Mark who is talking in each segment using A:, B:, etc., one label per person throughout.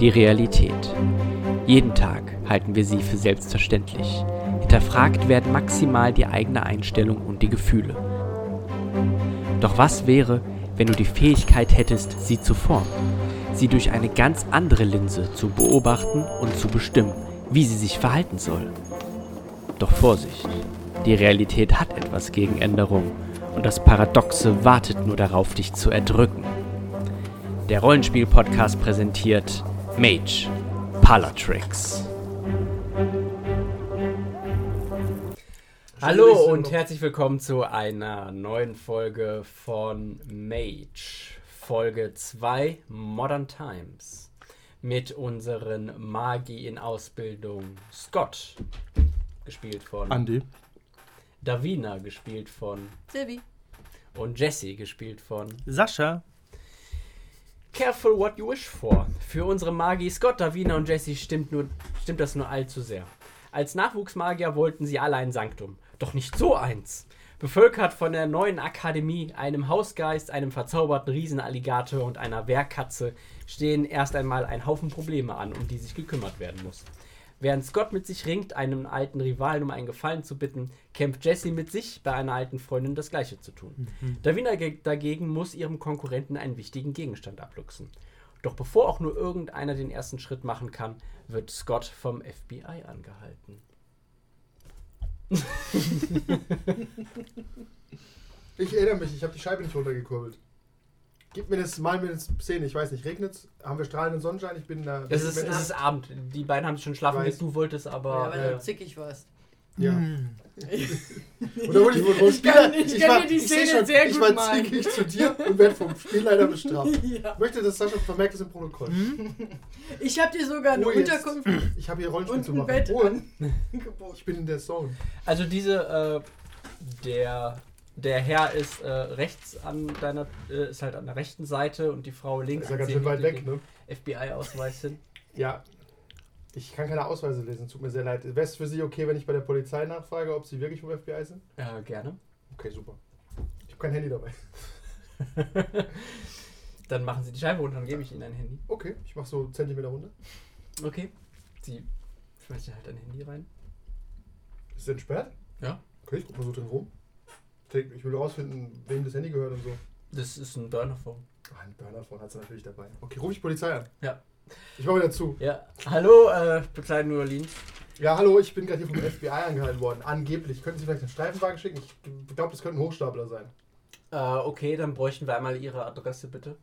A: die Realität. Jeden Tag halten wir sie für selbstverständlich. Hinterfragt werden maximal die eigene Einstellung und die Gefühle. Doch was wäre, wenn du die Fähigkeit hättest, sie zu formen? Sie durch eine ganz andere Linse zu beobachten und zu bestimmen, wie sie sich verhalten soll. Doch Vorsicht, die Realität hat etwas gegen Änderung und das Paradoxe wartet nur darauf, dich zu erdrücken. Der Rollenspiel-Podcast präsentiert Mage Palatrix. Hallo und herzlich willkommen zu einer neuen Folge von Mage, Folge 2 Modern Times mit unseren Magi in Ausbildung Scott, gespielt von
B: Andi.
A: Davina, gespielt von
C: Silvi.
A: und Jesse, gespielt von
B: Sascha.
A: Careful what you wish for. Für unsere Magi Scott, Davina und Jesse stimmt, nur, stimmt das nur allzu sehr. Als Nachwuchsmagier wollten sie alle ein Sanktum. Doch nicht so eins. Bevölkert von der neuen Akademie, einem Hausgeist, einem verzauberten Riesenalligator und einer Wehrkatze stehen erst einmal ein Haufen Probleme an, um die sich gekümmert werden muss. Während Scott mit sich ringt, einem alten Rivalen um einen Gefallen zu bitten, kämpft Jesse mit sich, bei einer alten Freundin das Gleiche zu tun. Davina ge- dagegen muss ihrem Konkurrenten einen wichtigen Gegenstand abluchsen. Doch bevor auch nur irgendeiner den ersten Schritt machen kann, wird Scott vom FBI angehalten.
D: Ich erinnere mich, ich habe die Scheibe nicht runtergekurbelt. Gib mir das, mal mir das Szene, ich weiß nicht, regnet's? Haben wir strahlenden Sonnenschein? Ich bin da.
A: Es ist,
D: bin-
A: es ist Abend. Die beiden haben schon schlafen
D: Weiß.
A: gelegt. Du wolltest
C: ja,
A: aber.
C: weil
A: äh,
C: du zickig warst.
D: ja. Oder wurde ich wohl vom
C: mm. Ich
D: Spieler.
C: kann- ich kann
D: war-
C: dir die
D: seh
C: Szene
D: schon,
C: sehr
D: Ich
C: gut
D: war
C: malen.
D: zickig zu dir und werde vom Spielleiter bestraft.
C: Ja.
D: Ich möchte, dass Sascha vermerkt ist im Protokoll.
C: Ich habe dir sogar Hm? eine
D: Oh, jetzt.
C: Unterkunft
D: Ich habe hier Rollenspiel
C: und
D: zu
C: ein
D: machen.
C: Bett
D: Oh,
C: angeboten.
D: ich bin in der Zone.
A: Also diese, äh, der, der Herr ist äh, rechts an deiner, äh, ist halt an der rechten Seite und die Frau links.
D: Ist ja ganz
A: Sie
D: schön weit
A: hält
D: weg,
A: den
D: ne?
A: FBI-Ausweis hin.
D: Ja. Ich kann keine Ausweise lesen, tut mir sehr leid. Wäre es für Sie okay, wenn ich bei der Polizei nachfrage, ob Sie wirklich vom FBI sind?
A: Äh, gerne.
D: Okay, super. Ich habe kein Handy dabei.
A: Dann machen Sie die Scheibe runter und gebe ich Ihnen ein Handy.
D: Okay, ich mache so Zentimeter runter.
A: Okay. Sie schmeißt ihr halt ein Handy rein.
D: Ist es entsperrt?
A: Ja.
D: Okay, ich guck mal so drin rum. Ich denk, Ich will rausfinden, wem das Handy gehört und so.
A: Das ist ein Burnerphone.
D: Ah, ein Burner-Phone hat sie natürlich dabei. Okay, ruf ich Polizei an.
A: Ja.
D: Ich mach wieder zu.
A: Ja. Hallo, äh, bekleiden New Orleans.
D: Ja, hallo, ich bin gerade hier vom FBI angehalten worden. Angeblich. Könnten Sie vielleicht einen Streifenwagen schicken? Ich glaube, das könnte ein Hochstapler sein.
A: Äh, okay, dann bräuchten wir einmal Ihre Adresse bitte.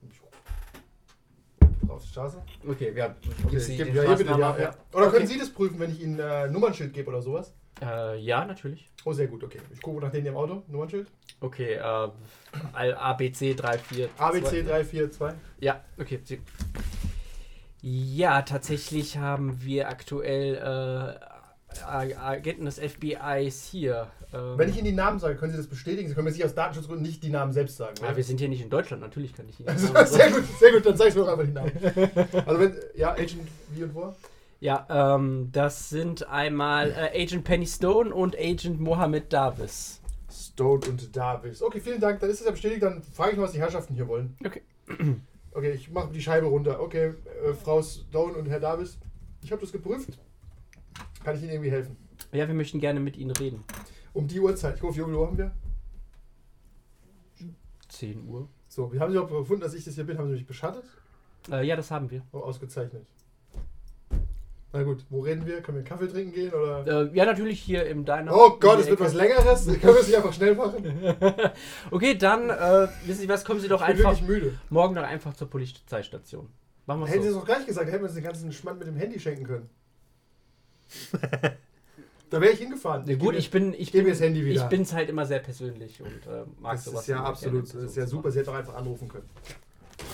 D: Auf die Straße?
A: Okay, wir haben.
D: Okay, ich geb, ja, hier bitte, ja, ja. Oder können Sie das prüfen, wenn ich Ihnen äh, Nummernschild gebe oder sowas?
A: Äh, ja, natürlich.
D: Oh, sehr gut, okay. Ich gucke nach denen im Auto. Nummernschild?
A: Okay, äh, ABC 34.
D: ABC 342.
A: Ja, okay. Sie- Ja, tatsächlich haben wir aktuell äh, A- Agenten des FBIs hier. Ähm,
D: Wenn ich Ihnen die Namen sage, können Sie das bestätigen? Sie können mir sicher aus Datenschutzgründen nicht die Namen selbst sagen.
A: ja,
D: oder?
A: Ah, wir sind hier nicht in Deutschland, natürlich kann ich hier.
D: Also, sehr gut, sehr gut, dann sagst du doch einfach den Namen. Also wenn, ja, Agent wie und wo?
A: Ja, ähm, das sind einmal äh, Agent Penny Stone und Agent Mohammed Davis.
D: Stone und Davis. Okay, vielen Dank, dann ist es ja bestätigt, dann frage ich mal, was die Herrschaften hier wollen.
A: Okay.
D: Okay, ich mache die Scheibe runter. Okay, äh, Frau Stone und Herr Davis, ich habe das geprüft. Kann ich Ihnen irgendwie helfen?
A: Ja, wir möchten gerne mit Ihnen reden.
D: Um die Uhrzeit. Ich gucke, wie viel Uhr haben wir?
A: 10 Uhr.
D: So, wir haben Sie auch gefunden, dass ich das hier bin. Haben Sie mich beschattet?
A: Äh, ja, das haben wir.
D: Oh, ausgezeichnet. Na gut, wo reden wir? Können wir einen Kaffee trinken gehen oder...
A: Äh, ja, natürlich hier im Diner.
D: Oh
A: in
D: Gott,
A: der
D: es wird
A: Ecke.
D: was Längeres. Können wir es nicht einfach schnell machen?
A: Okay, dann, äh, wissen Sie was, kommen Sie doch
D: Ich bin
A: einfach
D: wirklich müde.
A: morgen noch einfach zur Polizeistation. Machen wir
D: Hätten sie
A: so.
D: es doch gleich gesagt, hätten wir uns den ganzen Schmand mit dem Handy schenken können. da wäre ich hingefahren.
A: Ja, gut, ich bin, ich
D: gebe
A: bin,
D: das Handy wieder.
A: Ich bin's halt immer sehr persönlich und äh, mag
D: Das
A: sowas.
D: ist ja
A: immer gerne
D: absolut, das
A: in
D: ist ja
A: Person
D: super.
A: zu
D: Sie hätte auch einfach anrufen können.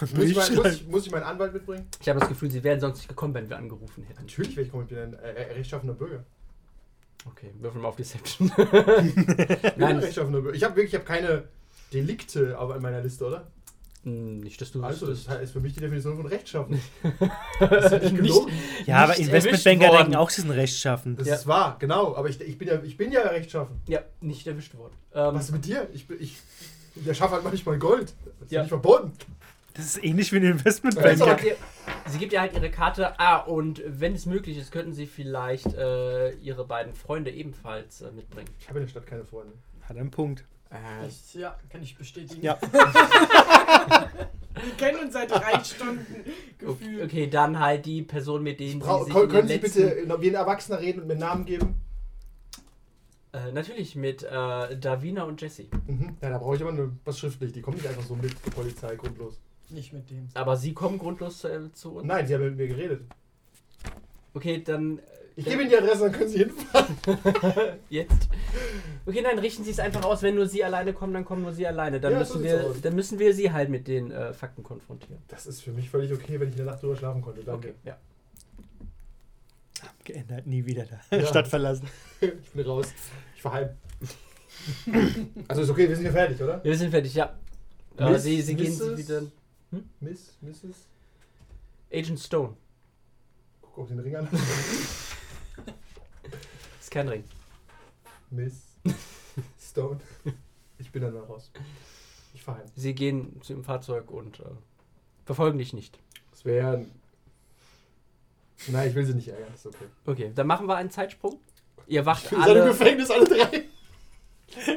D: Muss ich,
B: Mich
D: mein, muss,
B: halt.
D: ich, muss ich meinen Anwalt mitbringen?
A: machen. Ich habe das Gefühl, sie wären sonst nicht gekommen, wenn wir angerufen hätten.
D: Natürlich wäre ich kommen, ich bin ein äh, rechtschaffender Bürger.
A: Okay, würfel mal auf Deception.
D: Ich bin
A: Nein,
D: ein
A: das-
D: rechtschaffender Bürger. Ich habe wirklich ich hab keine Delikte auf in meiner Liste, oder?
A: Hm, nicht, dass du
D: Also, das
A: wüsstest.
D: ist für mich die Definition von rechtschaffen. Das ist nicht gelogen.
B: Ja, aber
A: Nicht
B: Investmentbanker
A: erwischt
B: denken
A: worden.
B: auch, sie sind rechtschaffend.
D: Das
A: Ja.
D: ist wahr, genau. Aber ich, ich, bin, ja, ich bin ja rechtschaffen.
A: Ja, nicht erwischt worden. Ähm,
D: Was ist mit dir? Ich, bin- ich, der Schaff hat manchmal Gold. Das ist
A: Ja.
D: nicht verboten.
B: Das ist ähnlich wie ein
D: Ja, ist
B: Investmentbanker.
D: aber-
A: ihr, Sie gibt ihr halt ihre Karte. Ah, und wenn es möglich ist, könnten sie vielleicht äh, ihre beiden Freunde ebenfalls äh, mitbringen.
D: Ich habe in der Stadt keine Freunde.
B: Hat einen Punkt.
A: Äh,
C: Ich, ja, kann ich bestätigen.
B: Ja.
C: Wir kennen uns seit drei Stunden
A: okay,
C: gefühlt.
A: okay, dann halt die Person, mit denen
D: Brau
A: sie sich in
D: können
A: den
D: können Sie
A: letzten-
D: bitte wie ein Erwachsener reden und mir einen Namen geben?
A: Äh, natürlich mit äh, Davina und Jesse.
D: Mhm. Ja, da brauche ich aber nur was schriftlich. Die kommen nicht einfach so mit zur Polizei grundlos.
C: Nicht mit dem.
A: Aber sie kommen grundlos äh, zu uns.
D: Nein, Sie haben mit mir geredet.
A: Okay, dann äh,
D: Ich
A: dann-
D: gebe Ihnen die Adresse, dann können Sie hinfahren.
A: jetzt. Okay, dann richten Sie es einfach aus. Wenn nur Sie alleine kommen, dann kommen nur Sie alleine. Dann
D: Ja, so
A: müssen
D: sieht's
A: wir,
D: aus.
A: dann müssen wir Sie halt mit den äh, Fakten konfrontieren.
D: Das ist für mich völlig okay, wenn ich in der Nacht drüber schlafen konnte. Danke.
A: Ja.
B: Geändert, nie wieder da.
D: Ja.
B: Stadt verlassen.
D: Ich bin raus. Ich fahr heim. also ist okay, wir sind ja fertig, oder?
A: Wir sind fertig. Ja. Äh,
D: Miss-
A: sie sie gehen
D: Mrs.
A: wieder.
D: Miss, Mrs.
A: Agent Stone.
D: Guck auf den Ring an.
A: Ist kein Ring.
D: Miss Stone. Ich bin dann mal raus. Ich fahr heim.
A: Sie gehen zu dem Fahrzeug und äh, verfolgen dich nicht.
D: Das wäre ein. Nein, ich will sie nicht ärgern. Ist okay.
A: Okay, dann machen wir einen Zeitsprung. Ihr wacht
D: Wir sind im
A: alle,
D: Gefängnis alle drei.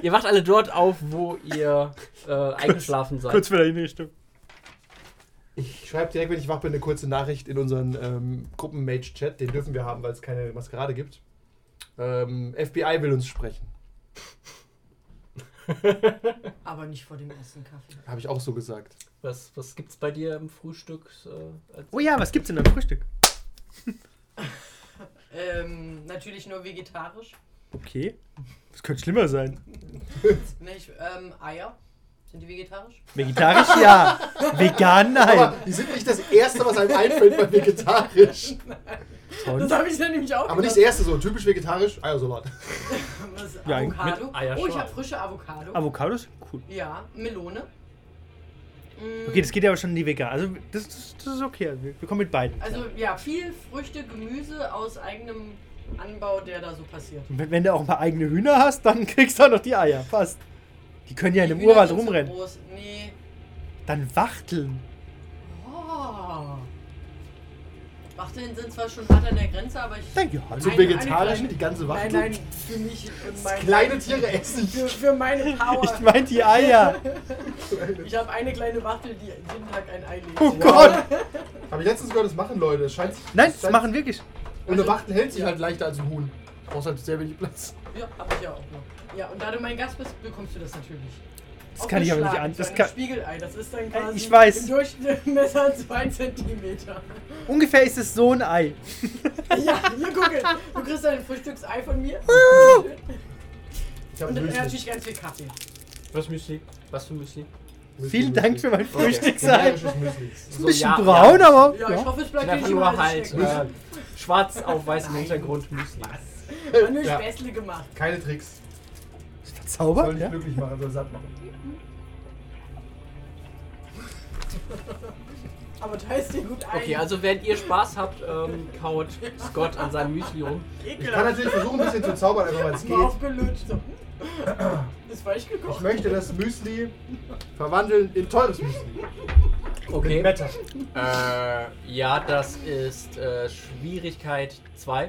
A: ihr wacht alle dort auf, wo ihr äh, eingeschlafen seid.
B: Kurz vor der Hinrichtung.
D: Ich schreibe direkt, wenn ich wach bin, eine kurze Nachricht in unseren ähm, Gruppen-Mage-Chat. Den dürfen wir haben, weil es keine Maskerade gibt. Ähm, FBI will uns sprechen.
C: Aber nicht vor dem ersten Kaffee.
D: Habe ich auch so gesagt.
A: Was, was gibt's bei dir im Frühstück? Äh, als
B: Oh ja, was gibt's denn am Frühstück?
C: Ähm, natürlich nur vegetarisch.
B: Okay. Das könnte schlimmer sein.
C: Nee, ich, ähm, Eier. Sind die vegetarisch?
B: Vegetarisch ja. Vegan
D: Aber
B: nein.
D: die sind nicht das Erste, was einem einfällt bei vegetarisch.
B: Und?
C: Das habe ich dann nämlich auch
D: Aber nicht das
C: gedacht.
D: Erste, so typisch vegetarisch. Also, Eiersalat.
C: Was ist
B: Ja, mit
C: Avocado.
A: Eier
C: oh, ich
A: schon.
C: habe frische Avocado.
B: Avocados? Cool.
C: ja, Melone. Mm,
B: Okay, das geht ja aber schon in die Vegan. Also das, das, das ist okay. Wir, wir kommen mit beiden.
C: Also ja, viel Früchte, Gemüse aus eigenem Anbau, der da so passiert.
B: Und wenn, wenn du auch mal eigene Hühner hast, dann kriegst du auch noch die Eier. Passt. Die können ja in
C: Die
B: dem
C: Hühner
B: Urwald
C: sind zu
B: rumrennen.
C: Groß. Nee.
B: Dann Wachteln.
C: Oh. Wachteln sind zwar schon hart an der Grenze, aber ich.
B: Dann ja.
D: Also
C: Eine-
D: vegetarisch
C: eine kleine-
D: die ganze Wachtel.
C: Nein, nein, für mich und meine.
D: Kleine Tiere essen.
C: Für, für meine
B: Ich
C: Power.
B: meinte die Eier.
C: Ich habe eine kleine Wachtel, die jeden Tag ein Ei legt.
B: Oh Gott.
D: Habe ich letztens gehört, das machen Leute. Es scheint sich,
B: Nein,
D: es
B: das
D: scheint-
B: machen wirklich.
D: Und
C: Also-
D: eine Wachtel hält sich halt leichter als ein Huhn. Du Brauchst halt sehr wenig Platz.
C: Ja, hab ich ja auch noch. Ja, und da du mein Gast bist, bekommst du das natürlich.
B: Das kann ich aber nicht an.
C: Das
B: Das kann,
C: Spiegelei, das ist dann quasi
B: ich weiß.
C: im Durchmesser 2 cm.
B: ungefähr ist es so ein Ei.
C: Ja, hier gucke, du kriegst ein Frühstücksei von mir.
D: Ich habe
C: Und dann
D: Müsli.
C: natürlich ganz viel Kaffee.
A: Was Müsli? Was für Müsli?
D: Müsli,
B: Vielen
D: Müsli.
B: Dank für mein
A: Okay.
B: Frühstücksei.
D: Generisches Müsli.
B: Ist ein
A: So,
B: bisschen
A: ja,
B: braun,
A: ja.
B: aber.
C: Ja, ich
B: Ja.
C: hoffe, es
A: Ich
C: bleibt dir
A: einfach
C: nicht
A: nur
C: immer
A: halt
C: halt.
A: äh, schwarz auf weißem Hintergrund Müsli.
C: Ich nur
D: Ja.
C: Späßle gemacht.
D: Keine Tricks.
B: Zauber?
D: Soll nicht
B: Ja.
D: glücklich machen, soll satt machen.
C: Aber teilst dir gut ein.
A: Okay, also während ihr Spaß habt, ähm, kaut Scott an seinem Müsli rum. Genau.
D: Ich kann
C: ekelhaft.
D: natürlich versuchen, ein bisschen zu zaubern, einfach weil es
C: Mal
D: geht.
C: aufgelöst. So. Ist falsch
D: Ich
C: gekocht.
D: möchte das Müsli verwandeln in teures Müsli.
A: Okay.
D: Mit Wetter.
A: Äh, ja, das ist äh, Schwierigkeit 2.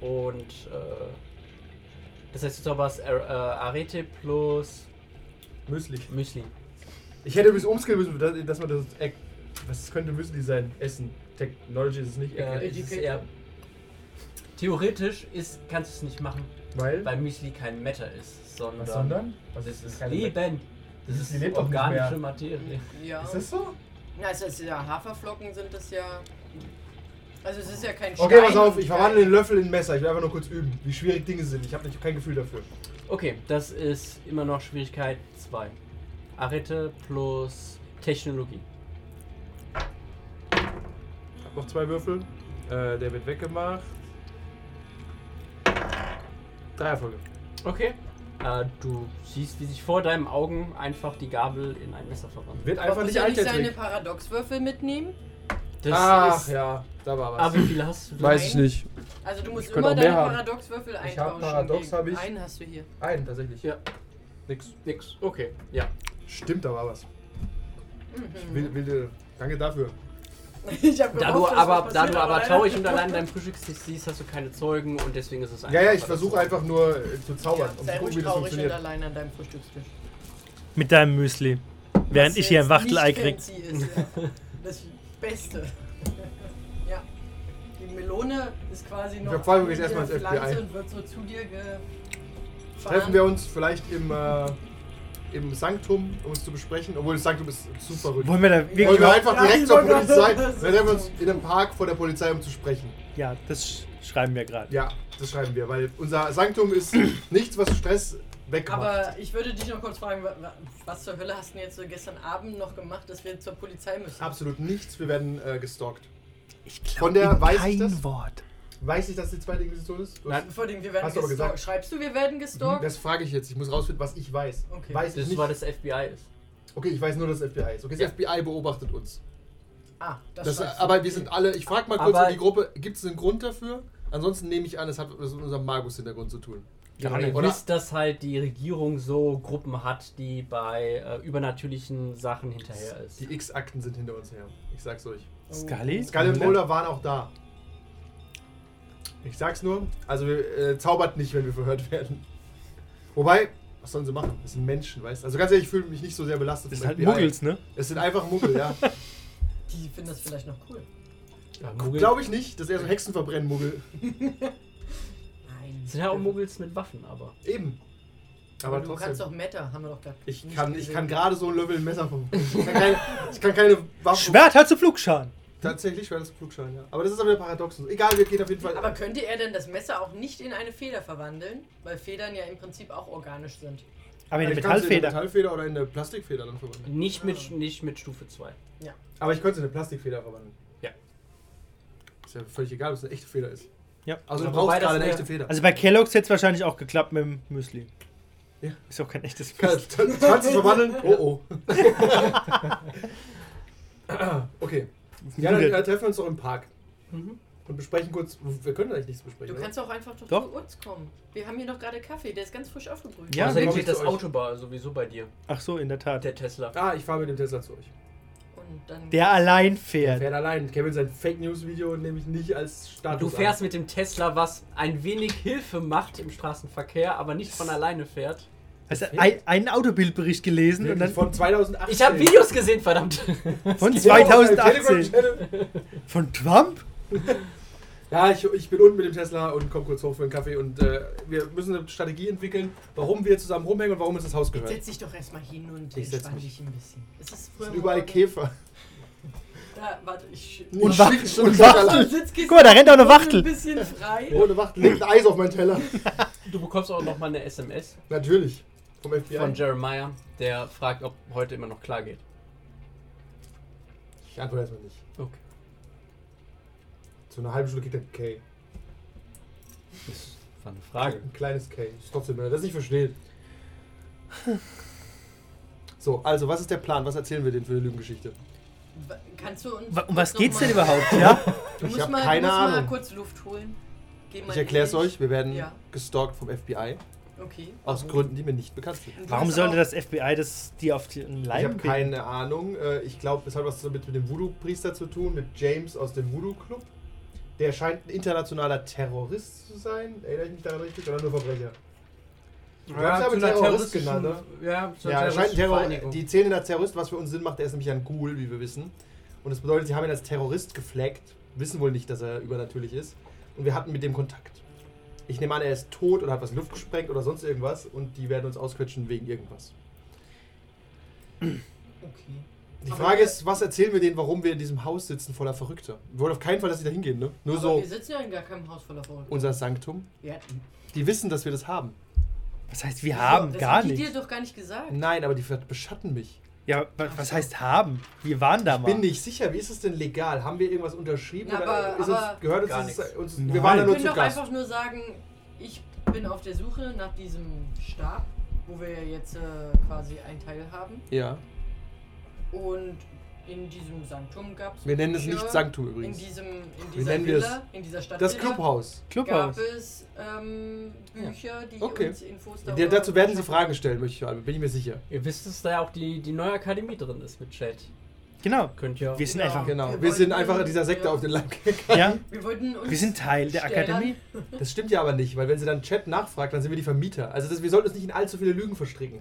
A: Und äh, das heißt, du zauberst äh, äh, Arete plus
D: Müsli.
A: Müsli.
D: Ich hätte bis umskillen müssen, dass, dass man das Eck. Was könnte Müsli sein? Essen. Technology ist es nicht.
A: Äh,
D: Eck.
A: es ist
C: Educator.
A: eher, theoretisch ist, kannst du es nicht machen,
D: Weil.
A: weil Müsli kein Matter ist, sondern,
D: Was sondern? Was
A: es ist
D: keine-
A: Leben. Das
D: Müsli
A: ist
D: lebt doch nicht
A: organische
D: mehr.
A: Materie.
C: Ja.
D: Ist das so?
C: Na, es ist ja Haferflocken sind das ja. Also es ist ja kein
D: Okay, pass
C: Stein.
D: auf, ich verwandle den Löffel in ein Messer. Ich will einfach nur kurz üben, wie schwierig Dinge sind. Ich habe kein Gefühl dafür.
A: Okay, das ist immer noch Schwierigkeit 2. Arete plus Technologie.
D: Ich hab noch zwei Würfel. Äh, der wird weggemacht. Drei Erfolge.
A: Okay. Äh, du siehst, wie sich vor deinen Augen einfach die Gabel in ein Messer verwandelt.
D: Wird
C: Aber
D: einfach
C: muss
D: nicht
C: er
D: alt,
C: nicht
D: der
C: seine
D: Trick.
C: Paradoxwürfel mitnehmen?
A: Das
D: Ach
A: ist,
D: ja, da war was.
A: Aber wie viele hast du?
C: Weiß ich
D: nicht.
C: Also du musst
D: Ich könnte
C: immer
D: auch mehr
C: deine
D: haben.
C: Paradoxwürfel
D: Ich hab
C: eintauschen.
D: Paradox,
C: gegen-
D: hab ich.
C: Einen hast du hier.
D: Einen tatsächlich.
A: Ja.
D: Nix.
A: Nix. Okay. Ja.
D: Stimmt, da war was.
C: Mhm.
D: Wilde, wilde. Danke äh, dafür.
C: Ich hab
A: Da
C: gehofft,
A: du
C: dass
A: aber,
C: was
A: da
C: passiert,
A: du aber
C: leider-
A: traurig und allein dein Frühstück siehst, hast du keine Zeugen und deswegen ist es
D: Ja, ja, ich
A: einfacher, das
D: versuche
A: zu-
D: einfach nur äh, zu zaubern,
C: Ja,
D: um
C: sei
D: zu gucken,
C: ruhig
D: wie das
C: traurig und
D: funktioniert.
C: allein an deinem Frühstückstisch.
E: Mit deinem Müsli. Während
C: Was
E: ich hier ein
C: jetzt
E: Wachtelei
C: nicht
E: krieg.
C: fancy Ist, ja. Das Beste. Ja. Die Melone ist quasi noch.
D: Wir fragen
C: in
D: jetzt
C: der
D: erstmal ins FBI.
C: Pflanze Und wird so zu dir ge.
D: Treffen wir uns vielleicht im, äh, im Sanktum, um es zu besprechen, obwohl das Sanktum ist super rück.
B: Wollen wir da wirklich.
D: Wollen wir
B: überhaupt-
D: einfach
C: Ja,
D: direkt
C: ich
D: zur
C: wollte gerade
D: Polizei?
C: sagen, das
D: Dann
C: ist
D: treffen wir uns
C: so.
D: in einem Park vor der Polizei, um zu sprechen.
B: ja, das sch- schreiben wir gerade.
D: Ja, das schreiben wir, weil unser Sanktum ist nichts, was Stress wegmacht.
C: Aber ich würde dich noch kurz fragen, wa- wa- was zur Hölle hast du denn jetzt so gestern Abend noch gemacht, dass wir zur Polizei müssen?
D: Absolut nichts, wir werden äh, gestalkt.
B: Ich glaub
D: Von der
B: ihm
D: weiß
B: kein
D: ich das?
B: Wort.
D: Weiß ich, dass die zweite Inquisition ist? Du hast-
C: Vor dem, wir werden
D: Hast du aber gesagt.
C: gestalkt.
D: Mhm,
C: Schreibst du, wir werden gestalkt?
D: Das frage ich jetzt. Ich muss rausfinden, was ich weiß.
C: Okay.
D: Weiß ich
A: Das war
D: nicht.
A: das FBI ist.
D: Okay, ich weiß nur, dass das FBI ist. Okay, das
A: Ja.
D: FBI beobachtet uns.
C: ah,
D: Das,
C: schreibst du.
D: aber wir sind alle. Ich frage mal kurz
A: Aber-
D: in die Gruppe. Gibt es einen Grund dafür? Ansonsten nehme ich an, es hat was mit unserem Magus-Hintergrund zu tun.
A: Ja, aber ihr
D: Oder-
A: wisst, dass halt die Regierung so Gruppen hat, die bei äh, übernatürlichen Sachen hinterher ist.
D: Die X-Akten sind hinter uns her. Ich sag's euch.
C: Oh,
B: Scully?
D: Skull und Boulder waren auch da. Ich sag's nur. Also wir, äh, zaubert nicht, wenn wir verhört werden. Wobei, was sollen sie machen? Das sind Menschen, weißt du? Also ganz ehrlich, ich fühle mich nicht so sehr belastet.
B: Das sind
D: vom
B: halt
D: FBI.
B: Muggels, ne?
D: Es sind einfach Muggel, ja.
C: Die finden das vielleicht noch cool.
A: Ja, Muggel-
D: Glaube ich nicht, dass er so Hexen verbrennen Muggel.
C: Nein.
A: Es sind ja auch Muggels mit Waffen, aber.
D: Eben. Aber,
C: Aber du kannst
D: trotzdem.
C: doch Meta, haben wir doch gerade.
D: Ich
C: nicht
D: kann, ich
C: gesehen.
D: kann gerade so ein Level ein Messer vom. Ich kann keine, ich kann keine Waffe.
B: Schwert hat zu Flugschaden.
D: Tatsächlich schwer das Flugschein, ja. Aber das ist aber wieder paradoxon. Egal, wir gehen auf jeden Fall.
C: Aber könnte er denn das Messer auch nicht in eine Feder verwandeln? Weil Federn ja im Prinzip auch organisch sind.
B: Aber in
D: ich
B: der
D: kann's in eine
B: Metallfeder.
D: Metallfeder oder in eine Plastikfeder dann verwandeln.
A: Nicht mit, nicht mit Stufe 2.
D: Aber ich könnte es in eine Plastikfeder verwandeln.
A: Ja.
D: Ist ja völlig egal, ob es eine echte Feder ist.
B: Ja.
D: Also du
A: Aber
D: brauchst
A: wobei das
D: gerade eine
A: wär-
D: echte Feder.
B: Also bei Kellogg's hätte es wahrscheinlich auch geklappt mit dem Müsli.
D: Ja.
B: Ist auch kein echtes Müsli.
D: Kannst du kannst es verwandeln? Oh oh. okay. Ja, dann äh, treffen wir uns doch im Park.
A: Mhm.
D: Und besprechen kurz. Wir können eigentlich nichts
C: Du
D: besprechen. oder?
C: kannst auch einfach doch,
B: Doch.
C: zu uns kommen. Wir haben hier doch gerade Kaffee, der ist ganz frisch aufgebrüht.
B: Ja,
A: Außerdem
D: komm
A: steht
D: ich
A: das
D: zu euch.
A: Autobar sowieso bei dir.
B: Ach so, in der Tat.
A: Der Tesla.
D: Ah, ich fahre mit dem Tesla zu euch.
C: Und dann
B: Der allein fährt.
D: Fährt allein. Kevin sein Fake News Video nehme ich nicht als Status.
A: Du
D: an.
A: fährst mit dem Tesla, was ein wenig Hilfe macht im Straßenverkehr, aber nicht von alleine fährt.
B: Hast du ein, einen Autobildbericht gelesen und
D: Wirklich,
B: dann
D: von 2008.
A: Ich habe Videos gesehen, verdammt.
B: von
D: Telegram
B: 2018.
D: Channel.
B: Von Trump?
D: Ja, ich, ich bin unten mit dem Tesla und komme kurz hoch für einen Kaffee und äh, wir müssen eine Strategie entwickeln, warum wir zusammen rumhängen und warum uns das Haus gehört.
C: setz dich doch erstmal hin und
D: Ich setz
C: entspann
D: mich.
C: dich ein bisschen. Es ist
D: Es
C: früher
D: sind überall
C: Morgen.
D: Käfer.
C: Da, warte, ich.
B: Und Wach-
D: Wach- und
B: und
D: Wachtel.
B: Wachtel. Guck mal, da rennt auch eine Wachtel.
C: Ein bisschen frei.
D: Ohne Wachtel. Legt ein Eis auf meinen Teller.
A: Du bekommst auch nochmal eine SMS
D: Natürlich. Vom FBI.
A: von Jeremiah, der fragt, ob heute immer noch klar geht.
D: ich antworte erstmal nicht.
A: Okay.
D: So eine halbe Stunde geht dann K.
A: Das war eine Frage.
D: Ein kleines K. Ist trotzdem, wenn er das nicht versteht. So, also, was ist der Plan? Was erzählen wir denn für eine Lügengeschichte?
C: Wa- Kannst du uns.
B: Wa- Um was
C: noch
B: geht's
C: mal-
B: denn überhaupt? Ja?
C: Du musst
D: Ich hab
C: mal,
D: keine
C: du musst mal
D: Ahnung.
C: kurz Luft holen. Geh mal
D: Ich erkläre es
C: in dich.
D: euch, wir werden
C: Ja.
D: gestalkt vom FBI.
C: Okay.
D: Aus Gründen, die mir nicht bekannt sind.
C: Und du
B: Warum
C: hast
B: sollte
C: auch-
B: das FBI das die auf den
D: Ich habe
B: Leib binden?
D: keine Ahnung. Äh, Ich glaube, es hat was damit mit dem Voodoo-Priester zu tun, mit James aus dem Voodoo-Club. Der scheint ein internationaler Terrorist zu sein. Erinnere ich mich daran richtig? Oder nur Verbrecher? Ja, zu einer terroristischen-
A: Ja, zu einer
D: Ja, er scheint ein
A: terroristischen
D: Terror
A: Vereinigung.
D: Die Zähne der Terrorist, was für uns Sinn macht, er ist nämlich ein Ghoul, wie wir wissen. Und das bedeutet, sie haben ihn als Terrorist geflaggt, wissen wohl nicht, dass er übernatürlich ist. Und wir hatten mit dem Kontakt. Ich nehme an, er ist tot oder hat was in Luft gesprengt oder sonst irgendwas. Und die werden uns ausquetschen wegen irgendwas.
C: Okay.
D: Die
C: Aber
D: Frage
C: wir-
D: ist, was erzählen wir denen, warum wir in diesem Haus sitzen voller Verrückter? Wir wollen auf keinen Fall, dass sie da hingehen, ne? Nur
C: Aber
D: so
C: Wir sitzen ja in gar keinem Haus voller Folgen.
D: unser Sanktum. Die wissen, dass wir das haben.
B: Was heißt, wir haben
C: das
B: gar
C: hat die dir
B: nichts.
C: doch gar nicht gesagt.
D: Nein, aber die ver- beschatten mich.
B: Ja, wa- was heißt haben? Wir waren da mal.
D: Bin nicht sicher, wie ist es denn legal? Haben wir irgendwas unterschrieben?
C: Na, aber-
D: ist
C: aber-
D: uns, gehört uns,
A: Gar
D: das-
A: nichts.
D: uns
B: Nein.
D: Wir waren da
C: Wir
D: nur
C: können
D: zu
C: doch
D: Gast.
C: einfach nur sagen, ich bin auf der Suche nach diesem Stab, wo wir ja jetzt äh, quasi einen Teil haben.
D: Ja.
C: Und in diesem Sanktum gab es.
D: Wir nennen es nicht Sanktum übrigens.
C: In diesem, in
D: Wie
C: dieser
D: nennen wir es?
C: Villa, in dieser Stadt.
D: Das Clubhaus.
C: Gab
B: Clubhaus.
C: es ähm, Bücher, die
D: Okay.
C: uns Infos darüber
D: Der, dazu werden sie
C: schaffen?
D: Fragen stellen, möchte ich, bin ich mir sicher.
A: Ihr wisst, dass da ja auch die, die neue Akademie drin ist mit Chat.
B: Genau.
A: Könnt ihr.
B: Wir sind
C: Ja.
B: einfach.
D: Genau.
C: Wir
D: Wir sind
C: wollten-
D: einfach dieser Sekte
C: ja.
D: auf den Leib gegangen.
B: Ja,
C: Wir wollten uns.
B: wir sind Teil der
C: Stellern.
B: Akademie.
D: Das stimmt ja aber nicht, weil wenn sie dann Chat nachfragt, dann sind wir die Vermieter. Also das, wir sollten uns nicht in allzu viele Lügen verstricken.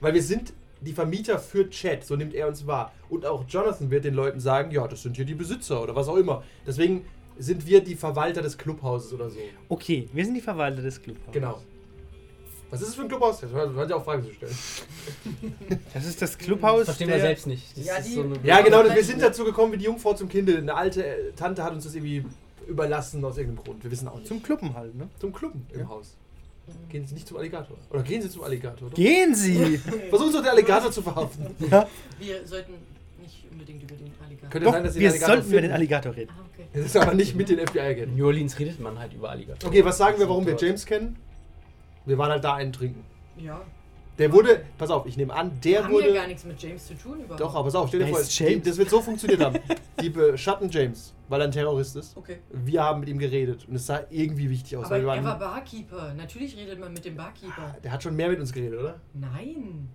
D: Weil wir sind die Vermieter für Chat, so nimmt er uns wahr. Und auch Jonathan wird den Leuten sagen, ja, das sind hier die Besitzer oder was auch immer. Deswegen sind wir die Verwalter des Clubhauses oder so.
B: Okay, wir sind die Verwalter des Clubhauses.
D: Genau. Was ist es für ein Clubhaus? Das hören Sie auch Fragen zu stellen.
B: Das ist das
A: Das
B: Clubhaus.
A: verstehen wir
B: der-
A: selbst nicht. Das
C: Ja,
A: ist
C: die-
A: so eine-
D: Ja, genau, wir sind dazu gekommen wie die Jungfrau zum Kinde. Eine alte äh, Tante hat uns das irgendwie überlassen aus irgendeinem Grund. Wir wissen auch nicht.
B: Zum Clubben halt, ne?
D: Zum Klumpen im Haus. Gehen Sie nicht zum Alligator. Oder gehen Sie zum Alligator. Oder?
B: Gehen Sie!
D: Versuchen Sie doch den Alligator zu verhaften.
C: Wir sollten nicht unbedingt über den Alligator.
D: Könnte
B: Doch,
D: sein, dass Sie
B: wir
D: den Alligator
B: sollten über den
D: finden.
B: Alligator reden.
C: ah, okay.
D: Es ist aber nicht mit den FBI-Agenten.
A: In New Orleans redet man halt über Alligator.
D: Okay, was sagen wir, warum wir James kennen? Wir waren halt da einen trinken.
C: Ja.
D: Der wurde, pass auf, ich nehme an, der
C: Haben wir
D: wurde.
C: gar nichts mit James zu tun überhaupt.
D: Doch, aber pass auf, stell dir
B: Wer
D: vor,
B: ist James?
D: das wird so funktioniert haben. Die beschatten James, weil er ein Terrorist ist.
C: Okay.
D: Wir haben mit ihm geredet und es sah irgendwie wichtig aus.
C: Aber
D: weil wir
C: er
D: waren,
C: war Barkeeper. Natürlich redet man mit dem Barkeeper.
D: der hat schon mehr mit uns geredet, oder?
C: Nein.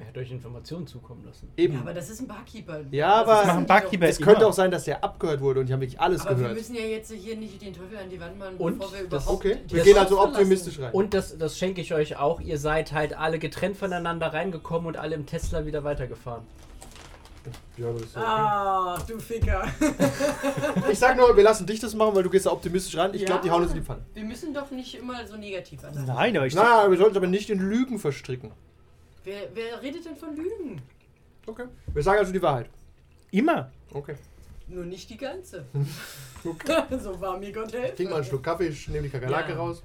A: Er hat euch Informationen zukommen lassen.
D: Eben.
C: Ja, aber das ist ein Barkeeper.
D: Ja,
C: Das
D: aber-
B: Das machen
C: sind die doch.
B: Barkeeper
D: es könnte
B: immer.
D: auch sein, dass der abgehört wurde und die haben wirklich alles
C: Aber wir
D: gehört.
C: müssen ja jetzt hier nicht den Teufel an die Wand machen,
A: Und
C: bevor wir
A: das-
C: überhaupt.
D: okay,
C: die
D: wir
C: Stadt
D: gehen also
C: verlassen.
D: optimistisch rein.
A: Und das, das schenke ich euch auch. Ihr seid halt alle getrennt voneinander reingekommen und alle im Tesla wieder weitergefahren.
D: ja, das ist so.
C: Ah, du Ficker.
D: Ich sag nur, wir lassen dich das machen, weil du gehst da optimistisch ran. Ich
C: Ja.
D: glaube, die hauen uns in die Pfanne.
C: Wir müssen doch nicht immer so negativ an.
B: Nein, aber ich.
D: Naja, wir sollten uns aber nicht in Lügen verstricken.
C: Wer, wer redet denn von Lügen?
D: Okay. Wir sagen also die Wahrheit.
B: Immer.
D: Okay.
C: Nur nicht die ganze.
D: Okay.
C: so war mir Gott helfe.
D: Trink mal einen Schluck Kaffee, ich nehme die Kakerlake
C: Ja.
D: raus.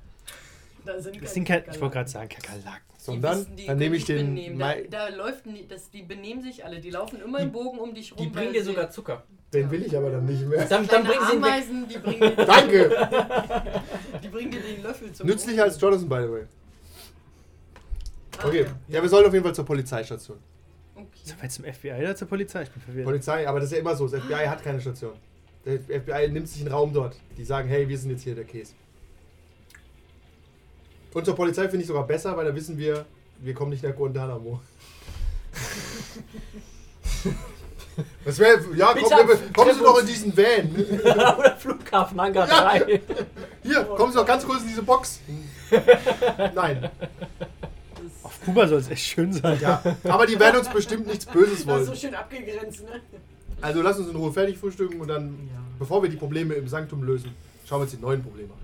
C: Da sind
B: Das sind kein. Ich wollte gerade sagen, Kakerlaken.
D: Sondern, dann nehme ich den.
C: Da,
D: Mai-
C: da läuft nie, das, die benehmen sich alle, die laufen immer im Bogen um dich rum.
A: Die bringen
C: weil
A: dir
C: sie-
A: sogar Zucker.
D: den will ich aber dann nicht mehr.
A: Dann, dann
C: Kleine
A: bringen sie ihn weg.
C: Ameisen, die bringen, dir,
D: Danke!
C: die bringen dir den Löffel zum
D: Nützlicher als Jonathan, by the way.
C: Ah,
D: Okay.
C: ja.
D: Ja, wir sollen auf jeden Fall zur Polizeistation.
C: Okay.
B: Sollen wir jetzt zum FBI oder zur Polizei? Ich bin verwirrt.
D: Polizei, aber das ist ja immer so. Das FBI hat keine Station. Der FBI nimmt sich einen Raum dort. Die sagen, hey, wir sind jetzt hier der Käse. Und zur Polizei finde ich sogar besser, weil da wissen wir, wir kommen nicht nach Guantanamo. Das wäre, ja,
A: Bitte
D: komm, wir-
A: ab-
D: kommen Sie doch in diesen Van.
A: Oder Flughafen Hangar 3.
D: Hier, kommen Sie doch ganz kurz in diese Box. Nein.
B: Auf Kuba soll es echt schön sein.
D: Ja, aber die werden uns bestimmt nichts Böses
C: Das ist so
D: wollen.
C: schön abgegrenzt, ne?
D: Also lass uns in Ruhe fertig frühstücken und dann,
C: Ja.
D: bevor wir die Probleme im Sanktum lösen, schauen wir uns die neuen Probleme an.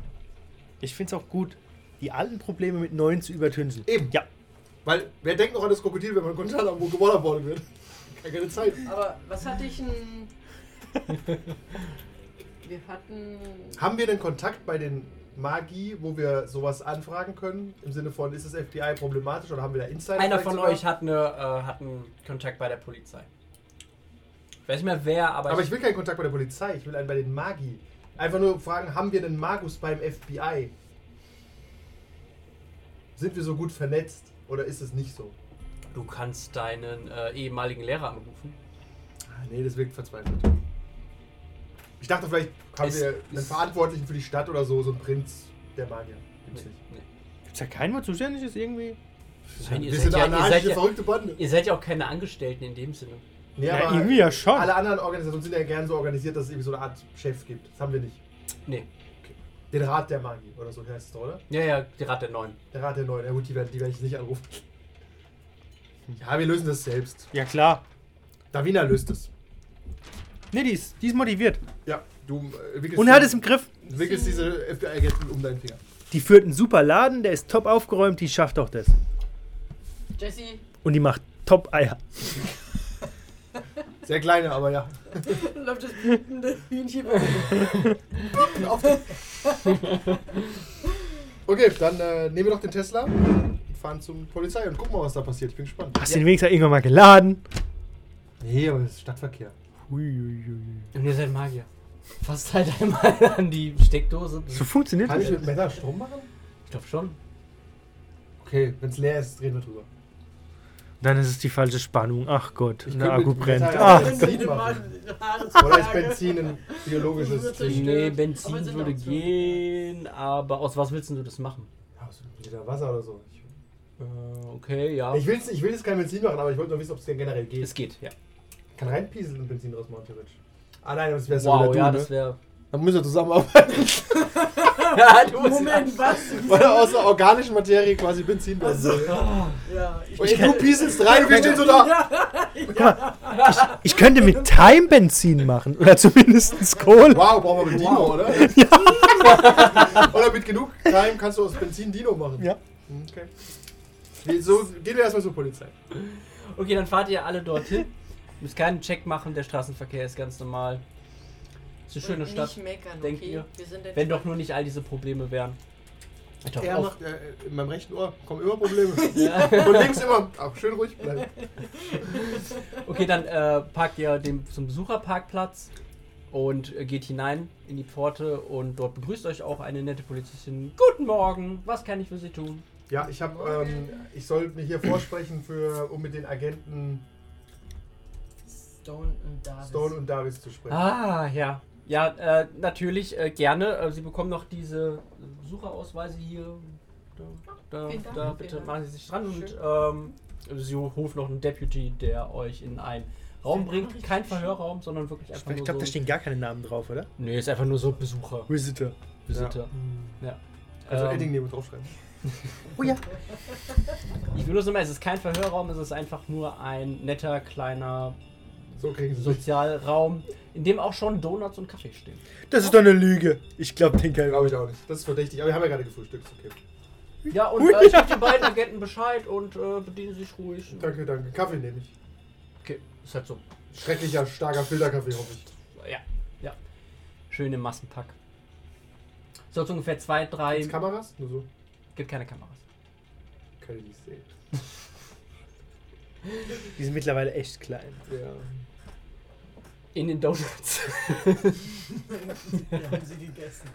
B: Ich finde es auch gut, die alten Probleme mit neuen zu übertünchen.
D: Eben.
B: Ja.
D: Weil wer denkt noch an das Krokodil, wenn man Guantanamo gewollerboardet wird? Gar keine Zeit.
C: Aber was hatte ich denn. Wir hatten.
D: Haben wir denn Kontakt bei den Magi, wo wir sowas anfragen können? Im Sinne von, ist das FBI problematisch oder haben wir da Insider?
A: Einer
D: vielleicht
A: von
D: sogar?
A: euch hat, eine, äh, hat einen Kontakt bei der Polizei. Ich weiß nicht mehr wer, aber,
D: Aber ich will keinen Kontakt bei der Polizei, ich will einen bei den Magi. Einfach nur fragen, haben wir einen Magus beim FBI? Sind wir so gut vernetzt oder ist es nicht so?
A: du kannst deinen äh, ehemaligen Lehrer anrufen.
D: Ah, nee, das wirkt verzweifelt. Ich dachte, vielleicht haben
A: Es-
D: wir einen
A: es-
D: Verantwortlichen für die Stadt oder so, so einen Prinz der Magier. Gibt's nicht.
A: Nee.
B: Gibt es da keinen, der zuständig ist irgendwie?
A: Nein, ihr
D: wir
A: seid
D: sind
A: ja-
D: eine
A: ihr seid
D: anarchische,
A: ja-
D: verrückte Bande.
A: Ihr seid ja auch keine Angestellten in dem Sinne.
D: Nee,
B: Ja,
D: aber
B: irgendwie ja schon.
D: Alle anderen Organisationen sind ja gern so organisiert, dass es irgendwie so eine Art Chef gibt. Das haben wir nicht.
A: Nee.
D: Den Rat der Magie oder so heißt es doch, oder?
A: Ja, ja, die Rat der Neuen.
D: Der Rat der Neuen. Ja gut, die werde, die werde ich nicht anrufen. Ja, wir lösen das selbst.
B: Ja, klar.
D: Davina löst es.
B: Nee, die ist, die ist motiviert.
D: Ja, du äh, wickelst,
B: Und hat es im Griff.
D: wickelst diese FBI-Agenten um deinen Finger.
B: Die führt einen super Laden, der ist top aufgeräumt, die schafft auch das.
C: Jesse,
B: Und die macht top Eier.
D: Sehr kleine, aber ja.
C: läuft das blutende Hühnchen bei mir.
D: Auf den- okay, dann äh, nehmen wir doch den Tesla und fahren zum Polizei und gucken mal, was da passiert. Ich bin gespannt.
B: Hast du den wenigstens irgendwann mal geladen?
D: Nee, aber das ist Stadtverkehr.
B: Huiuiui.
A: Und ihr seid Magier. Fasst halt einmal an die Steckdose.
B: So funktioniert
D: Kann
B: das.
D: ich mit Männer Strom machen?
A: Ich glaube schon.
D: Okay, wenn es leer ist, reden wir drüber.
B: Dann ist es die falsche Spannung. Ach Gott,
D: Ich
B: der
D: könnte
B: Akku
D: mit
B: brennt.
D: Metall-
B: Ach,
D: Benzin
C: Wenn die
D: machen.
C: mal die Haare
D: Oder ist
C: tragen.
D: Benzin ein biologisches
C: Das
D: Ding?
C: stimmt.
A: Nee,
C: Aber
A: Benzin
C: sind
A: würde
C: auch so.
A: gehen, aber aus was willst denn du das machen?
D: Ja, aus einem Liter Wasser oder so. Ich,
A: Äh, okay, ja.
D: ich, will's, ich will jetzt kein Benzin machen, aber ich wollte nur wissen, ob es denn generell geht.
A: es geht, ja.
D: Kann reinpieseln und Benzin rausmachen, theoretisch. Ah nein, das wäre so
A: Wow, ja,
D: du,
A: das
D: ne?
A: wäre.
B: Dann müssen wir zusammenarbeiten.
A: ja, du bist-
C: Moment, was?
B: Weil er aus der organischen Materie quasi Benzin werden soll.
C: Also, Ja, ich
D: Und du pieselst rein und wir stehen so da.
E: Ich könnte mit Time Benzin machen. Oder zumindest Kohle.
D: Wow, brauchen wir mit Dino, oder? oder mit genug Time kannst du aus Benzin Dino machen.
B: Ja.
D: Hm, Okay. Wir- So, gehen wir erstmal zur Polizei.
A: Okay, dann fahrt ihr alle dorthin. Müsst keinen Check machen, der Straßenverkehr ist ganz normal. Ist eine schöne
C: Und
A: Stadt.
C: Nicht meckern,
A: denkt
C: okay?
A: ihr?
C: Wir sind
A: Wenn doch nur nicht all diese Probleme wären. Hört doch
D: Er
A: auf.
D: macht, äh, in meinem rechten Ohr kommen immer Probleme.
A: Ja.
D: Und links immer, auch schön ruhig bleiben.
A: Okay, dann äh, parkt ihr dem, zum Besucherparkplatz und äh, geht hinein in die Pforte und dort begrüßt euch auch eine nette Polizistin. Guten Morgen, was kann ich für Sie tun?
D: Ja, ich habe, ähm, ich sollte mir hier vorsprechen für, um mit den Agenten
C: Stone und Davis.
D: Stone und Davis zu sprechen.
A: Ah, ja. Ja, äh, natürlich, äh, gerne. Äh, Sie bekommen noch diese Besucherausweise hier. Da, da,
C: Vielen Dank,
A: da
C: vielen
A: bitte
C: Dank.
A: machen Sie sich dran und
C: Schön.
A: ähm, Sie ruft noch einen Deputy, der euch in einen Raum
C: Sehr
A: bringt.
C: richtig
A: Kein
C: schön.
A: Verhörraum, sondern wirklich einfach
E: Ich
A: nur
E: glaube, da
A: so.
E: stehen gar keine Namen drauf, oder?
A: Nee, ist einfach nur so Besucher,
E: Visitor.
A: Visitor. Ja.
D: Also
A: Ähm,
D: Edding neben draufschreiben.
A: Ich will nur sagen, es ist kein Verhörraum, es ist einfach nur ein netter, kleiner
D: So kriegen sie es.
A: Sozialraum, in dem auch schon Donuts und Kaffee stehen.
E: Das ist doch eine Lüge. Ich glaube den kein.
D: Glaube ich auch nicht. Das ist verdächtig. Aber wir haben ja gerade gefrühstückt. ist Okay.
A: Ja, und äh, ich gebe den beiden Agenten Bescheid und äh, bedienen sich ruhig.
D: Danke, danke. Kaffee nehme ich.
A: Okay, ist halt so.
D: Schrecklicher, starker Filterkaffee, hoffe ich.
A: Ja, ja. Schön im Massenpack. So, so ungefähr zwei, drei.
D: Gibt's Kameras? Nur so.
A: Gibt keine Kameras.
D: Kann ich nicht sehen.
E: Die sind mittlerweile echt klein.
D: Ja.
A: In den Donuts.
C: haben sie gegessen.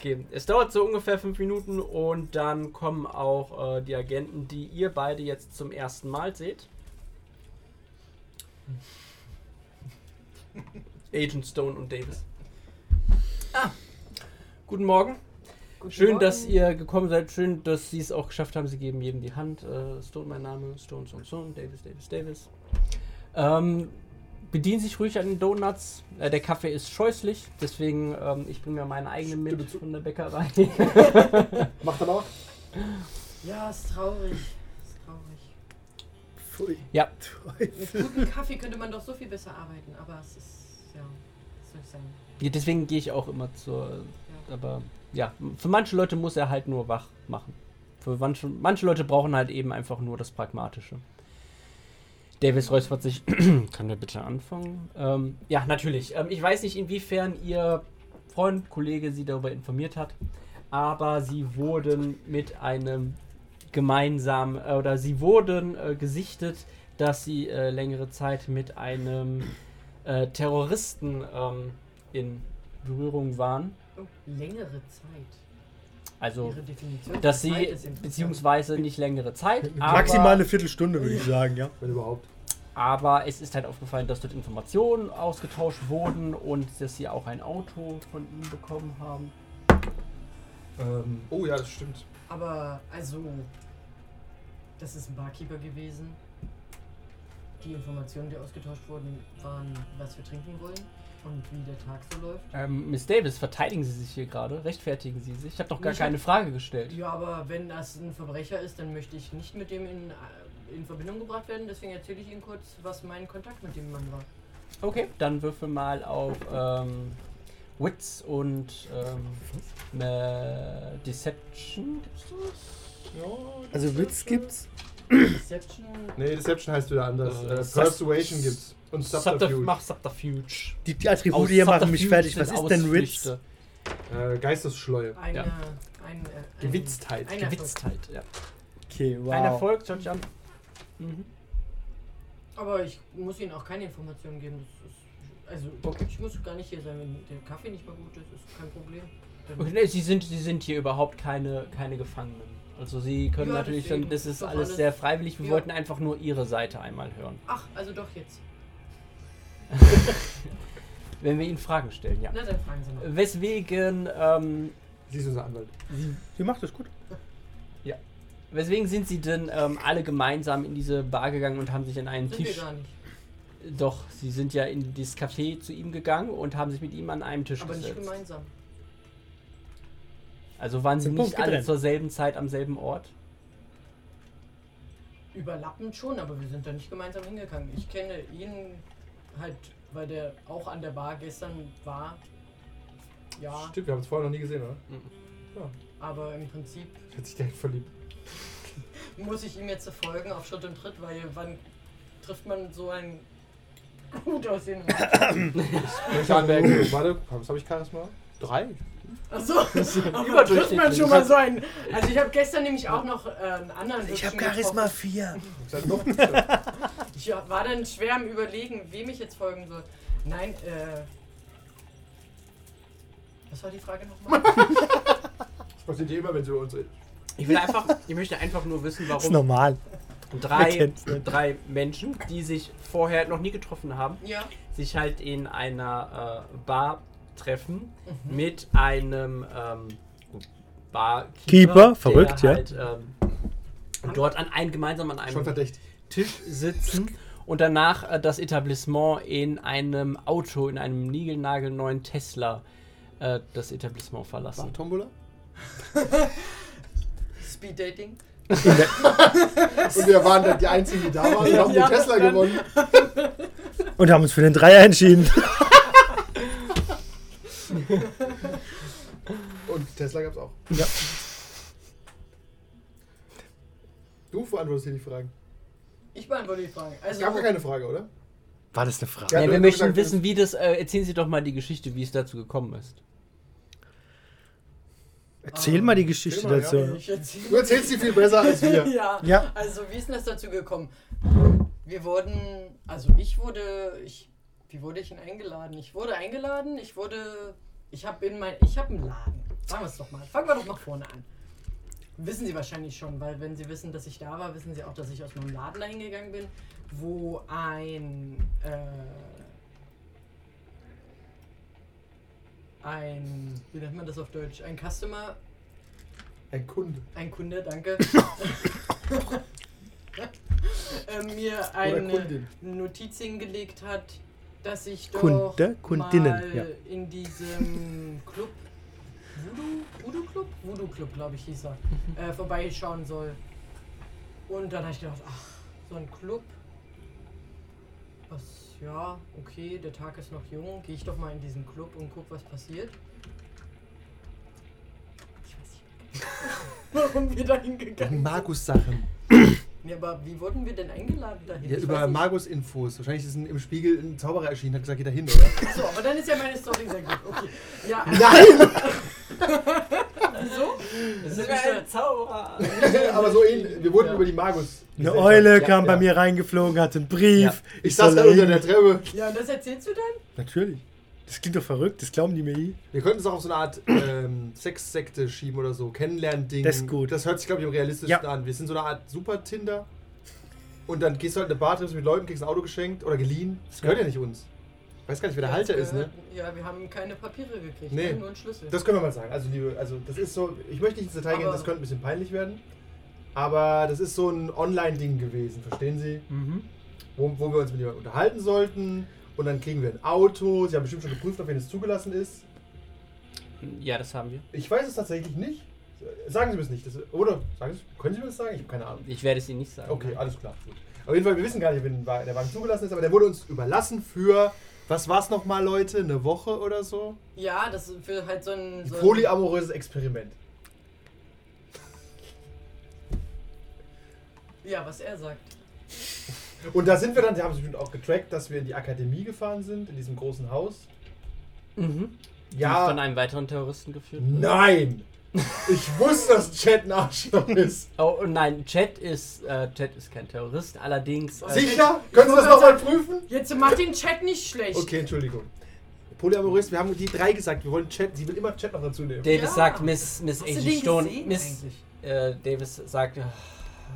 A: Okay. Es dauert so ungefähr fünf Minuten und dann kommen auch äh, die Agenten, die ihr beide jetzt zum ersten Mal seht. Agent Stone und Davis. Ah, guten Morgen.
C: Guten
A: Schön,
C: Morgen.
A: dass ihr gekommen seid. Schön, dass sie es auch geschafft haben. Sie geben jedem die Hand. Äh, Stone, mein Name. Stone, Stone, Stone. Davis, Davis, Davis. Ähm, bedienen sich ruhig an den Donuts. Äh, der Kaffee ist scheußlich. Deswegen, ähm, ich bringe mir meinen eigenen mit
D: Stimme zu.
A: von der Bäckerei.
D: Macht aber auch.
C: Ja, ist traurig. Ist traurig.
E: Pfui.
A: ja,
C: Mit gutem Kaffee könnte man doch so viel besser arbeiten, aber es ist. Ja, was soll ich sagen?
A: ja, deswegen gehe ich auch immer zur... Aber ja, für manche Leute muss er halt nur wach machen. Für manche, manche Leute brauchen halt eben einfach nur das Pragmatische. Davis räuspert sich. Kann der bitte anfangen? Ähm, ja, natürlich. Ähm, ich weiß nicht, inwiefern Ihr Freund, Kollege Sie darüber informiert hat, aber Sie wurden mit einem gemeinsamen äh, oder Sie wurden äh, gesichtet, dass Sie äh, längere Zeit mit einem äh, Terroristen ähm, in Berührung waren.
C: Oh, längere Zeit.
A: Also,
C: Ihre Definition. von
A: dass
C: Zeit
A: sie,
C: ist interessant.
A: beziehungsweise nicht längere Zeit, aber,
E: Maximale Viertelstunde, würde ich sagen, ja.
D: Wenn überhaupt.
A: aber es ist halt aufgefallen, dass dort Informationen ausgetauscht wurden und dass sie auch ein Auto von ihm bekommen haben. Ähm,
D: Oh ja, das stimmt.
C: Aber, also. Das ist ein Barkeeper gewesen. Die Informationen, die ausgetauscht wurden, waren, was wir trinken wollen und wie der Tag so läuft.
A: ähm, Miss Davis, verteidigen Sie sich hier gerade? Rechtfertigen Sie sich? Ich habe doch gar
C: Ich hab-
A: keine Frage gestellt.
C: Ja, aber wenn das ein Verbrecher ist, dann möchte ich nicht mit dem in, äh, in Verbindung gebracht werden. Deswegen erzähle ich Ihnen kurz, was mein Kontakt mit dem Mann war.
A: Okay, dann würfel mal auf ähm, Wits und ähm, äh, Deception. Gibt's das?
E: Also Witz gibt's.
C: Deception.
D: Nee, Deception heißt wieder anders.
A: Äh,
D: Äh, Persuasion gibt's. Und
A: Subterf-
D: Subterfuge.
A: Mach Subterfuge.
E: Die, die Attribute
A: Aus
E: hier machen mich
A: Subterfuge
E: fertig. Was
A: sind
E: ist denn Witz?
A: Ausflüchte.
D: Äh, Geistesschleue.
C: Eine.
A: Ja.
C: Ein, äh, ein,
A: halt,
D: Gewitztheit.
C: Ein Erfolg.
A: Gewitztheit, ja.
E: Okay, wow.
A: Ein Erfolg, schaut euch an. Mhm.
C: Aber ich muss Ihnen auch keine Informationen geben. Das ist, also, ich muss gar nicht hier sein, wenn der Kaffee nicht mal gut ist. Ist kein Problem. Dann-
A: Okay, nee, sie, sind, sie sind hier überhaupt keine, keine Gefangenen. Also sie können
C: Ja,
A: natürlich
C: deswegen
A: dann, das
C: ist
A: ist
C: doch
A: alles,
C: alles-
A: sehr freiwillig. Wir
C: Ja.
A: wollten einfach nur ihre Seite einmal hören.
C: Ach, also doch jetzt.
A: Wenn wir ihnen Fragen stellen, ja.
C: Na, dann fragen Sie
A: Äh,
C: mal.
A: Weswegen, ähm,
D: Sie ist unser Anwalt.
E: Sie macht das gut.
A: weswegen sind sie denn ähm, alle gemeinsam in diese Bar gegangen und haben sich an einen
C: Sind wir
A: Tisch.
C: gar nicht.
A: Doch, sie sind ja in dieses Café zu ihm gegangen und haben sich mit ihm an einem Tisch
C: Aber nicht
A: gesetzt.
C: gemeinsam.
A: Also waren sie
B: Sind
A: nicht
B: Punkt
A: alle
B: getrennt.
A: zur selben Zeit am selben Ort?
C: Überlappend schon, aber wir sind da nicht gemeinsam hingegangen. Ich kenne ihn halt, weil der auch an der Bar gestern war. Ja,
D: Stimmt, wir haben es vorher noch nie gesehen, oder?
C: aber im Prinzip
D: Ich hätte sich direkt verliebt.
C: muss ich ihm jetzt folgen auf Schritt und Tritt, weil wann trifft man so einen gut aussehenden Mann?
D: Ich anmerken, warte, was habe ich Charisma? Drei?
C: Achso, aber
A: Überdurchschnittlich.
C: trifft man schon mal so einen. Also ich habe gestern nämlich auch noch äh, einen anderen.
E: Ich habe
C: hübschen
E: Charisma
C: getroffen.
E: 4.
D: Dann noch. Dann
C: Ich war dann schwer am überlegen, wem ich jetzt folgen soll. Nein, äh. Was war die Frage nochmal?
D: Das passiert dir immer, wenn sie über uns reden.
A: Ich will einfach, ich möchte einfach nur wissen,
E: Das ist
A: warum
E: normal. Wir
A: drei,
E: kennt's nicht.
A: drei Menschen, die sich vorher noch nie getroffen haben,
C: ja.
A: sich halt in einer äh, Bar treffen mit einem ähm, Barkeeper,
E: Keeper,
A: der
E: verrückt, ja.
A: halt, ähm, dort an ein, gemeinsam an
D: Schon
A: einem
D: verdächtig.
A: Tisch sitzen und danach äh, das Etablissement in einem Auto, in einem niegelnagelneuen Tesla, äh, das Etablissement verlassen.
D: Tombola?
C: Speed Dating?
D: Und wir waren dann die Einzigen, die da waren und haben
C: Ja,
D: den Tesla
C: dann-
D: gewonnen.
E: Und haben uns für den Dreier entschieden.
D: Und Tesla gab's auch.
E: Ja.
D: Du verantwortest hier die Fragen.
C: Ich beantworte die Frage.
D: Es
C: Also,
D: gab gar keine Frage, oder?
E: War das eine Frage?
A: Ja,
D: du
A: wir
D: hast
A: möchten
D: gesagt,
A: wissen, wie das. Äh, erzählen Sie doch mal die Geschichte, wie es dazu gekommen ist.
E: Erzähl mal die Geschichte
D: Erzähl mal,
E: dazu.
D: ja.
C: ich erzähle
D: Du erzählst sie viel besser als wir.
C: ja.
E: Ja.
C: Also, wie ist denn das dazu gekommen? Wir wurden, also ich wurde, ich, wie wurde ich denn eingeladen? Ich wurde eingeladen, ich wurde, ich habe in mein, ich habe einen Laden. Sagen wir es doch mal. Fangen wir doch mal vorne an. Wissen Sie wahrscheinlich schon, weil wenn Sie wissen, dass ich da war, wissen Sie auch, dass ich aus meinem Laden dahin gegangen bin, wo ein, äh, ein, wie nennt man das auf Deutsch? Ein Customer
D: Ein Kunde.
C: ein Kunde, danke. äh, mir eine
D: Kundin.
C: Notiz hingelegt hat, dass ich doch
E: Kunde, Kundinnen,
C: mal
E: ja.
C: in diesem Club Voodoo, Voodoo Club, Voodoo Club, glaube ich, hieß er,
E: Mhm.
C: äh, vorbeischauen soll. Und dann habe ich gedacht, ach, so ein Club. Was, ja, okay, der Tag ist noch jung, gehe ich doch mal in diesen Club und guck, was passiert. Ich weiß nicht, warum wir da hingegangen sind.
D: Magus-Sachen.
C: Ja, aber wie wurden wir denn eingeladen dahin?
D: Ja,
C: Ich
D: über
C: weiß nicht.
D: Magus-Infos. Wahrscheinlich ist ein, im Spiegel ein Zauberer erschienen, hat gesagt, geht da hin, oder?
C: Ach so, aber dann ist ja meine Story sehr gut. Okay. Ja, also-
D: Nein!
C: wieso?
A: Das
C: ist wie ein
A: Zauberer.
D: Äh, Aber so ähnlich. Wir wurden
C: Ja.
D: über die Magus.
E: Eine
D: gesehen.
E: Eule
D: Ja,
E: kam bei
D: ja.
E: mir reingeflogen, hat einen Brief.
D: Ich saß
E: soll
D: gerade unter
E: hin.
D: der Treppe.
C: Ja, und das erzählst du dann?
E: Natürlich. Das klingt doch verrückt, das glauben die mir eh. nie.
D: Wir könnten es auch auf so eine Art ähm, Sexsekte schieben oder so. Kennenlernen-Ding.
E: Das ist gut.
D: Das hört sich, glaube ich, am realistischsten an. Wir sind so eine Art Super-Tinder. Und dann gehst du halt in eine Bar, triffst mit Leuten, kriegst ein Auto geschenkt oder geliehen. Das gehört ja nicht uns. Ich weiß gar nicht, wer der Halter
C: Ja,
D: ist, ne?
C: Äh, Ja, wir haben keine Papiere gekriegt,
D: Nee.
C: ne, nur einen Schlüssel.
D: Das können wir mal sagen. Also, liebe, also das ist so, ich möchte nicht ins Detail gehen,
C: Aber-
D: das könnte ein bisschen peinlich werden. Aber das ist so ein Online-Ding gewesen, verstehen Sie?
A: Mhm.
D: Wo, wo wir uns mit jemandem unterhalten sollten. Und dann kriegen wir ein Auto. Sie haben bestimmt schon geprüft, ob Ihnen es zugelassen ist.
A: Ja, das haben wir.
D: Ich weiß es tatsächlich nicht. Sagen Sie mir es nicht. Das, oder sagen Sie, können Sie mir das sagen? Ich habe keine Ahnung.
A: Ich werde es Ihnen nicht sagen.
D: Okay, alles klar. Gut. Auf jeden Fall, wir wissen gar nicht, wenn der Wagen zugelassen ist, aber der wurde uns überlassen für, was war es nochmal, Leute? Eine Woche oder so?
C: ja, das ist für halt so ein.
D: Ein
C: So ein-
D: polyamoröses Experiment.
C: Ja, was er sagt.
D: Und da sind wir dann, die haben es bestimmt auch getrackt, dass wir in die Akademie gefahren sind, in diesem großen Haus.
A: Mhm. Ja. Von
D: Ja,
A: einem weiteren Terroristen geführt.
E: Mhm.
D: nein! Ich wusste, dass Chat ein Arschloch ist.
A: Oh oh nein, Chat ist, äh, Chat ist kein Terrorist. Allerdings. Äh,
D: Sicher? Können Sie das nochmal prüfen?
C: Jetzt mach den Chat nicht schlecht.
D: Okay, Entschuldigung. Polyamorös, wir haben die drei gesagt, wir wollen Chat, sie will immer Chat noch dazu nehmen.
A: Davis
C: Ja.
A: sagt Miss Miss
C: Hast du
A: Agent
C: den
A: Stone.
C: gesehen
A: Miss
C: eigentlich?
A: äh, Davis sagt. ah,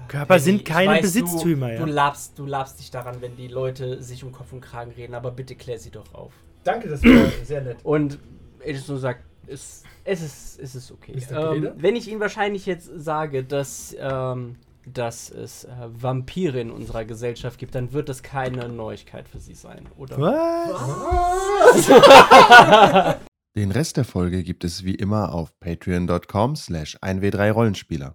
E: Körper
A: Daisy,
E: sind
A: ich
E: keine
A: weiß,
E: Besitztümer,
A: Du,
E: ja.
A: du labst, du labst dich daran, wenn die Leute sich um Kopf und Kragen reden, aber bitte klär sie doch auf.
D: Danke, das war sehr nett.
A: Und Edison sagt, es, es, ist, es ist okay.
D: Mr.
A: Ähm,
D: Peter?
A: wenn ich Ihnen wahrscheinlich jetzt sage, dass ähm, dass es äh, Vampire in unserer Gesellschaft gibt, dann wird das keine Neuigkeit für sie sein, oder?
E: Was?
F: Den Rest der Folge gibt es wie immer auf patreon.com slash 1w3rollenspieler.